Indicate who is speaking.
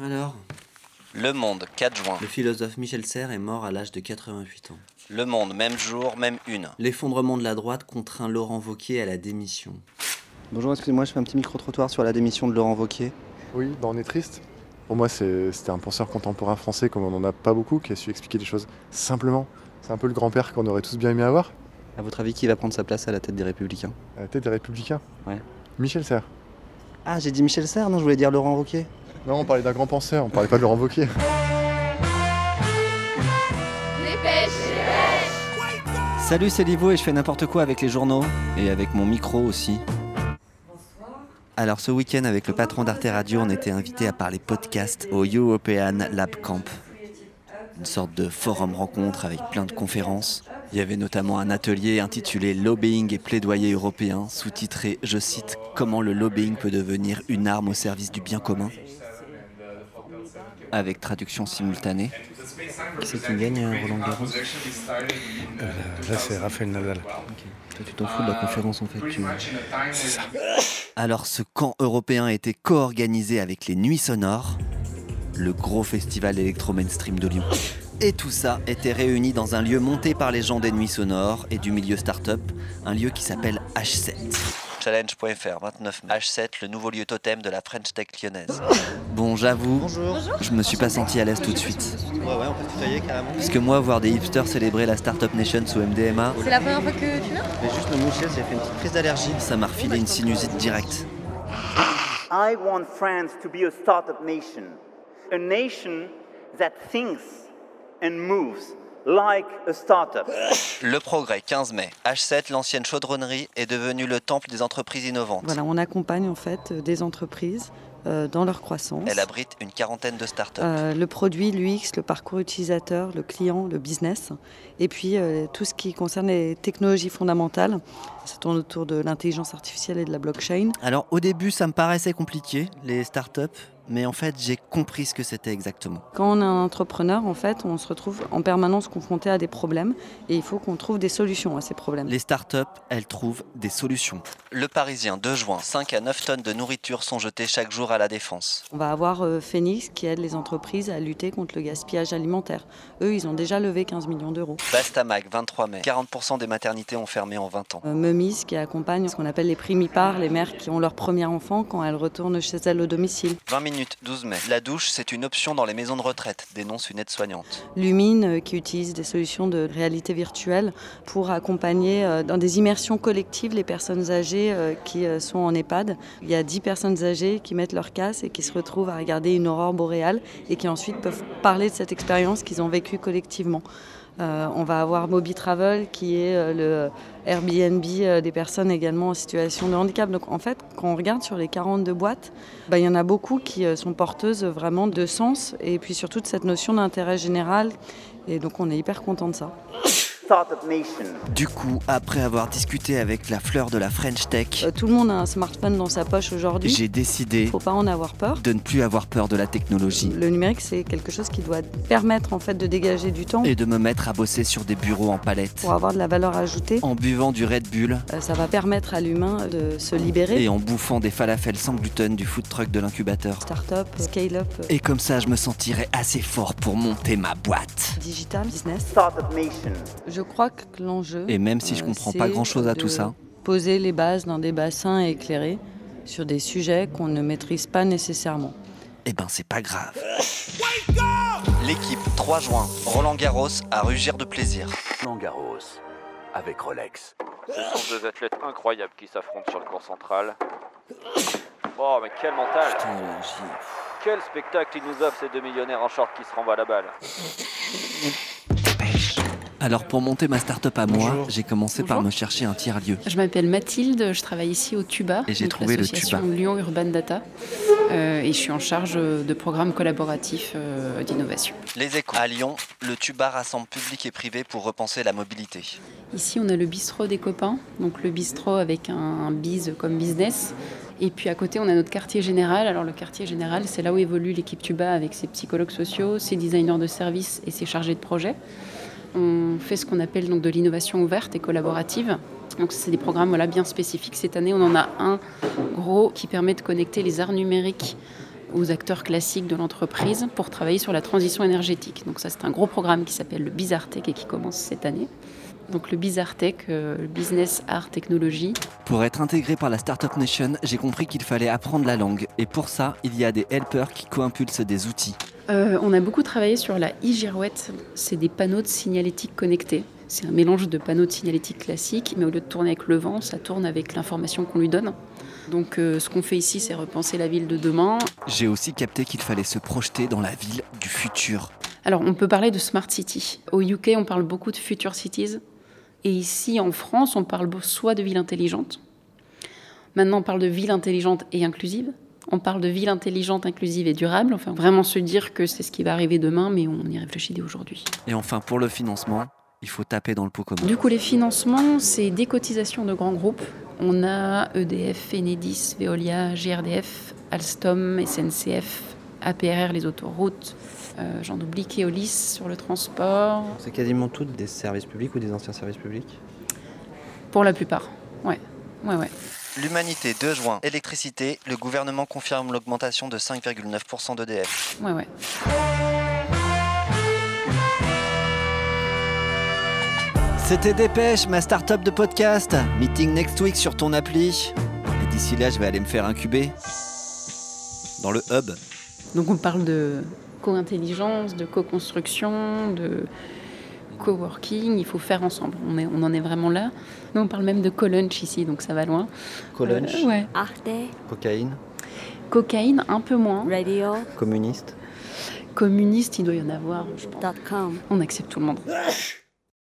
Speaker 1: Alors,
Speaker 2: Le Monde, 4 juin.
Speaker 1: le philosophe Michel Serres est mort à l'âge de 88 ans.
Speaker 2: Le Monde, même jour, même une.
Speaker 1: L'effondrement de la droite contraint Laurent Wauquiez à la démission.
Speaker 3: Bonjour, excusez-moi, je fais un petit micro-trottoir sur la démission de Laurent Vauquier.
Speaker 4: Oui, bah, on est triste. Pour moi, c'est- c'était un penseur contemporain français comme on n'en a pas beaucoup qui a su expliquer les choses simplement. C'est un peu le grand-père qu'on aurait tous bien aimé avoir,
Speaker 3: À votre avis, qui va prendre sa place à la tête des Républicains
Speaker 4: à la tête des Républicains.
Speaker 3: Ouais.
Speaker 4: Michel Serres.
Speaker 3: Ah, j'ai dit Michel Serres, non, je voulais dire Laurent Wauquiez.
Speaker 4: Non, on parlait d'un grand penseur, on parlait pas de Laurent Wauquiez.
Speaker 3: Salut, c'est Livo et je fais n'importe quoi avec les journaux. Et avec mon micro aussi.
Speaker 1: Alors ce week-end avec le patron d'Arte Radio, on était invité à parler podcast au European Lab Camp. Une sorte de forum rencontre avec plein de conférences. Il y avait notamment un atelier intitulé Lobbying et plaidoyer européen, sous-titré, je cite, Comment le lobbying peut devenir une arme au service du bien commun, avec traduction simultanée.
Speaker 3: C'est qui gagne, euh, Roland Garros
Speaker 5: Là, c'est Raphaël Nadal.
Speaker 3: Toi, tu t'en fous de la conférence en fait. tu-
Speaker 5: C'est ça.
Speaker 1: Alors ce camp européen était co-organisé avec les Nuits Sonores, le gros festival électro-mainstream de Lyon. Et tout ça était réuni dans un lieu monté par les gens des Nuits Sonores et du milieu start-up, un lieu qui s'appelle H7.
Speaker 2: Challenge.fr, 29 mai. H7, le nouveau lieu totem de la French Tech lyonnaise.
Speaker 1: Bon, j'avoue,
Speaker 3: Bonjour.
Speaker 1: je me suis pas senti à l'aise tout de suite.
Speaker 3: Ouais, ouais, on peut se tutoyer carrément.
Speaker 1: Parce que moi, voir des hipsters célébrer la Startup Nation sous MDMA,
Speaker 6: C'est la première fois que tu viens
Speaker 3: Mais juste le Michel, j'ai fait une petite crise d'allergie.
Speaker 1: ça m'a refilé une sinusite directe.
Speaker 7: I want France to be a startup nation, a nation that thinks and moves like a startup.
Speaker 2: Le Progrès, 15 mai. H7, l'ancienne chaudronnerie, est devenue le temple des entreprises innovantes.
Speaker 6: Voilà, on accompagne en fait euh, des entreprises euh, dans leur croissance.
Speaker 2: Elle abrite une quarantaine de startups.
Speaker 6: Euh, le produit, l'UX, le parcours utilisateur, le client, le business, et puis euh, tout ce qui concerne les technologies fondamentales. Ça tourne autour de l'intelligence artificielle et de la blockchain.
Speaker 1: Alors au début, ça me paraissait compliqué, les startups, mais en fait, j'ai compris ce que c'était exactement.
Speaker 6: Quand on est un entrepreneur, en fait, on se retrouve en permanence confronté à des problèmes et il faut qu'on trouve des solutions à ces problèmes.
Speaker 1: Les startups, elles trouvent des solutions.
Speaker 2: Le Parisien, 2 juin. 5 à 9 tonnes de nourriture sont jetées chaque jour à la Défense.
Speaker 6: On va avoir euh, Phoenix qui aide les entreprises à lutter contre le gaspillage alimentaire. Eux, ils ont déjà levé 15 millions d'euros.
Speaker 2: Bastamac, 23 mai. 40% des maternités ont fermé en 20 ans.
Speaker 6: Euh, Mummies qui accompagne ce qu'on appelle les primipares, les mères qui ont leur premier enfant quand elles retournent chez elles au domicile.
Speaker 2: 20 minutes, 12 mai. La douche, c'est une option dans les maisons de retraite, dénonce une aide-soignante.
Speaker 6: Lumine euh, qui utilise des solutions de réalité virtuelle pour accompagner euh, dans des immersions collectives les personnes âgées euh, qui euh, sont en EHPAD. Il y a 10 personnes âgées qui mettent leur casse et qui se retrouvent à regarder une aurore boréale et qui ensuite peuvent parler de cette expérience qu'ils ont vécue collectivement. Euh, on va avoir Moby Travel qui est euh, le Airbnb euh, des personnes également en situation de handicap. Donc en fait, quand on regarde sur les 42 boîtes, bah, il y en a beaucoup qui euh, sont porteuses vraiment de sens et puis surtout de cette notion d'intérêt général. Et donc on est hyper content de ça.
Speaker 7: Startup nation.
Speaker 1: Du coup, après avoir discuté avec la fleur de la French Tech,
Speaker 6: Euh, tout le monde a un smartphone dans sa poche aujourd'hui.
Speaker 1: j'ai décidé
Speaker 6: Faut pas en avoir peur.
Speaker 1: de ne plus avoir peur de la technologie
Speaker 6: Le numérique, c'est quelque chose qui doit permettre en fait de dégager du temps
Speaker 1: et de me mettre à bosser sur des bureaux en palette,
Speaker 6: pour avoir de la valeur ajoutée.
Speaker 1: en buvant du Red Bull
Speaker 6: Euh, Ça va permettre à l'humain de se libérer.
Speaker 1: et en bouffant des falafels sans gluten du food truck de l'incubateur.
Speaker 6: Start-up, scale-up, euh,
Speaker 1: Et comme ça, je me sentirais assez fort pour monter ma boîte.
Speaker 6: digital, business.
Speaker 7: Startup nation.
Speaker 6: Je crois que l'enjeu.
Speaker 1: Et même si je
Speaker 6: euh,
Speaker 1: comprends pas
Speaker 6: c'est
Speaker 1: grand-chose à
Speaker 6: de
Speaker 1: tout ça,
Speaker 6: Poser les bases dans des bassins éclairés sur des sujets qu'on ne maîtrise pas nécessairement.
Speaker 1: eh ben c'est pas grave.
Speaker 2: L'équipe, 3 juin. Roland Garros à rugir de plaisir.
Speaker 8: Roland Garros avec Rolex.
Speaker 9: Ce sont deux athlètes incroyables qui s'affrontent sur le cours central. Oh, mais quel mental Quel spectacle ils nous offrent ces deux millionnaires en short qui se renvoient la balle
Speaker 1: Alors pour monter ma start-up à moi,
Speaker 5: Bonjour.
Speaker 1: j'ai commencé par
Speaker 10: Bonjour.
Speaker 1: me chercher un tiers-lieu.
Speaker 10: Je m'appelle Mathilde, je travaille ici au Cuba,
Speaker 1: Et j'ai
Speaker 10: donc
Speaker 1: trouvé le
Speaker 10: l'association
Speaker 1: Cuba.
Speaker 10: Lyon Urban Data, euh, et je suis en charge euh, de programmes collaboratifs euh, d'innovation.
Speaker 2: Les échos. À Lyon, le tuba rassemble public et privé pour repenser la mobilité.
Speaker 10: Ici, on a le bistrot des copains, donc le bistrot avec un, un bise comme business. Et puis à côté, on a notre quartier général. Alors le quartier général, c'est là où évolue l'équipe Tuba avec ses psychologues sociaux, ses designers de services et ses chargés de projet. On fait ce qu'on appelle donc de l'innovation ouverte et collaborative. Donc c'est des programmes voilà, bien spécifiques. Cette année, on en a un gros qui permet de connecter les arts numériques aux acteurs classiques de l'entreprise pour travailler sur la transition énergétique. Donc ça, c'est un gros programme qui s'appelle le Bizartech et qui commence cette année. Donc le Bizartech, euh, Business Art Technology.
Speaker 1: Pour être intégré par la Startup Nation, j'ai compris qu'il fallait apprendre la langue. Et pour ça, il y a des helpers qui co-impulsent des outils.
Speaker 10: Euh, on a beaucoup travaillé sur la e-girouette. C'est des panneaux de signalétique connectés. C'est un mélange de panneaux de signalétique classique, mais au lieu de tourner avec le vent, ça tourne avec l'information qu'on lui donne. Donc euh, ce qu'on fait ici, c'est repenser la ville de demain.
Speaker 1: J'ai aussi capté qu'il fallait se projeter dans la ville du futur.
Speaker 10: Alors on peut parler de Smart City. Au UK, on parle beaucoup de Future Cities. Et ici, en France, on parle soit de ville intelligente. Maintenant, on parle de ville intelligente et inclusive. On parle de ville intelligente, inclusive et durable. Enfin, vraiment se dire que c'est ce qui va arriver demain, mais on y réfléchit dès aujourd'hui.
Speaker 1: Et enfin, pour le financement, il faut taper dans le pot commun.
Speaker 10: Du coup, les financements, c'est des cotisations de grands groupes. On a EDF, Enedis, Veolia, GRDF, Alstom, SNCF, APRR, les autoroutes, euh, j'en oublie Keolis sur le transport.
Speaker 11: C'est quasiment toutes des services publics ou des anciens services publics
Speaker 10: Pour la plupart, ouais. ouais, ouais.
Speaker 2: L'humanité 2 juin, électricité, le gouvernement confirme l'augmentation de 5,9% d'EDF.
Speaker 10: Ouais, ouais.
Speaker 1: C'était Dépêche, ma start-up de podcast. Meeting next week sur ton appli. Et d'ici là, je vais aller me faire incuber. Dans le hub.
Speaker 10: Donc on parle de co-intelligence, de co-construction, de co-working, il faut faire ensemble. On, est, on en est vraiment là. Nous, on parle même de co-lunch ici, donc ça va loin.
Speaker 11: Co-lunch
Speaker 10: euh, ouais.
Speaker 11: Arte. Cocaïne.
Speaker 10: Cocaïne, un peu moins.
Speaker 11: Radio. Communiste.
Speaker 10: Communiste, il doit y en avoir, je pense.
Speaker 11: .com.
Speaker 10: On accepte tout le monde.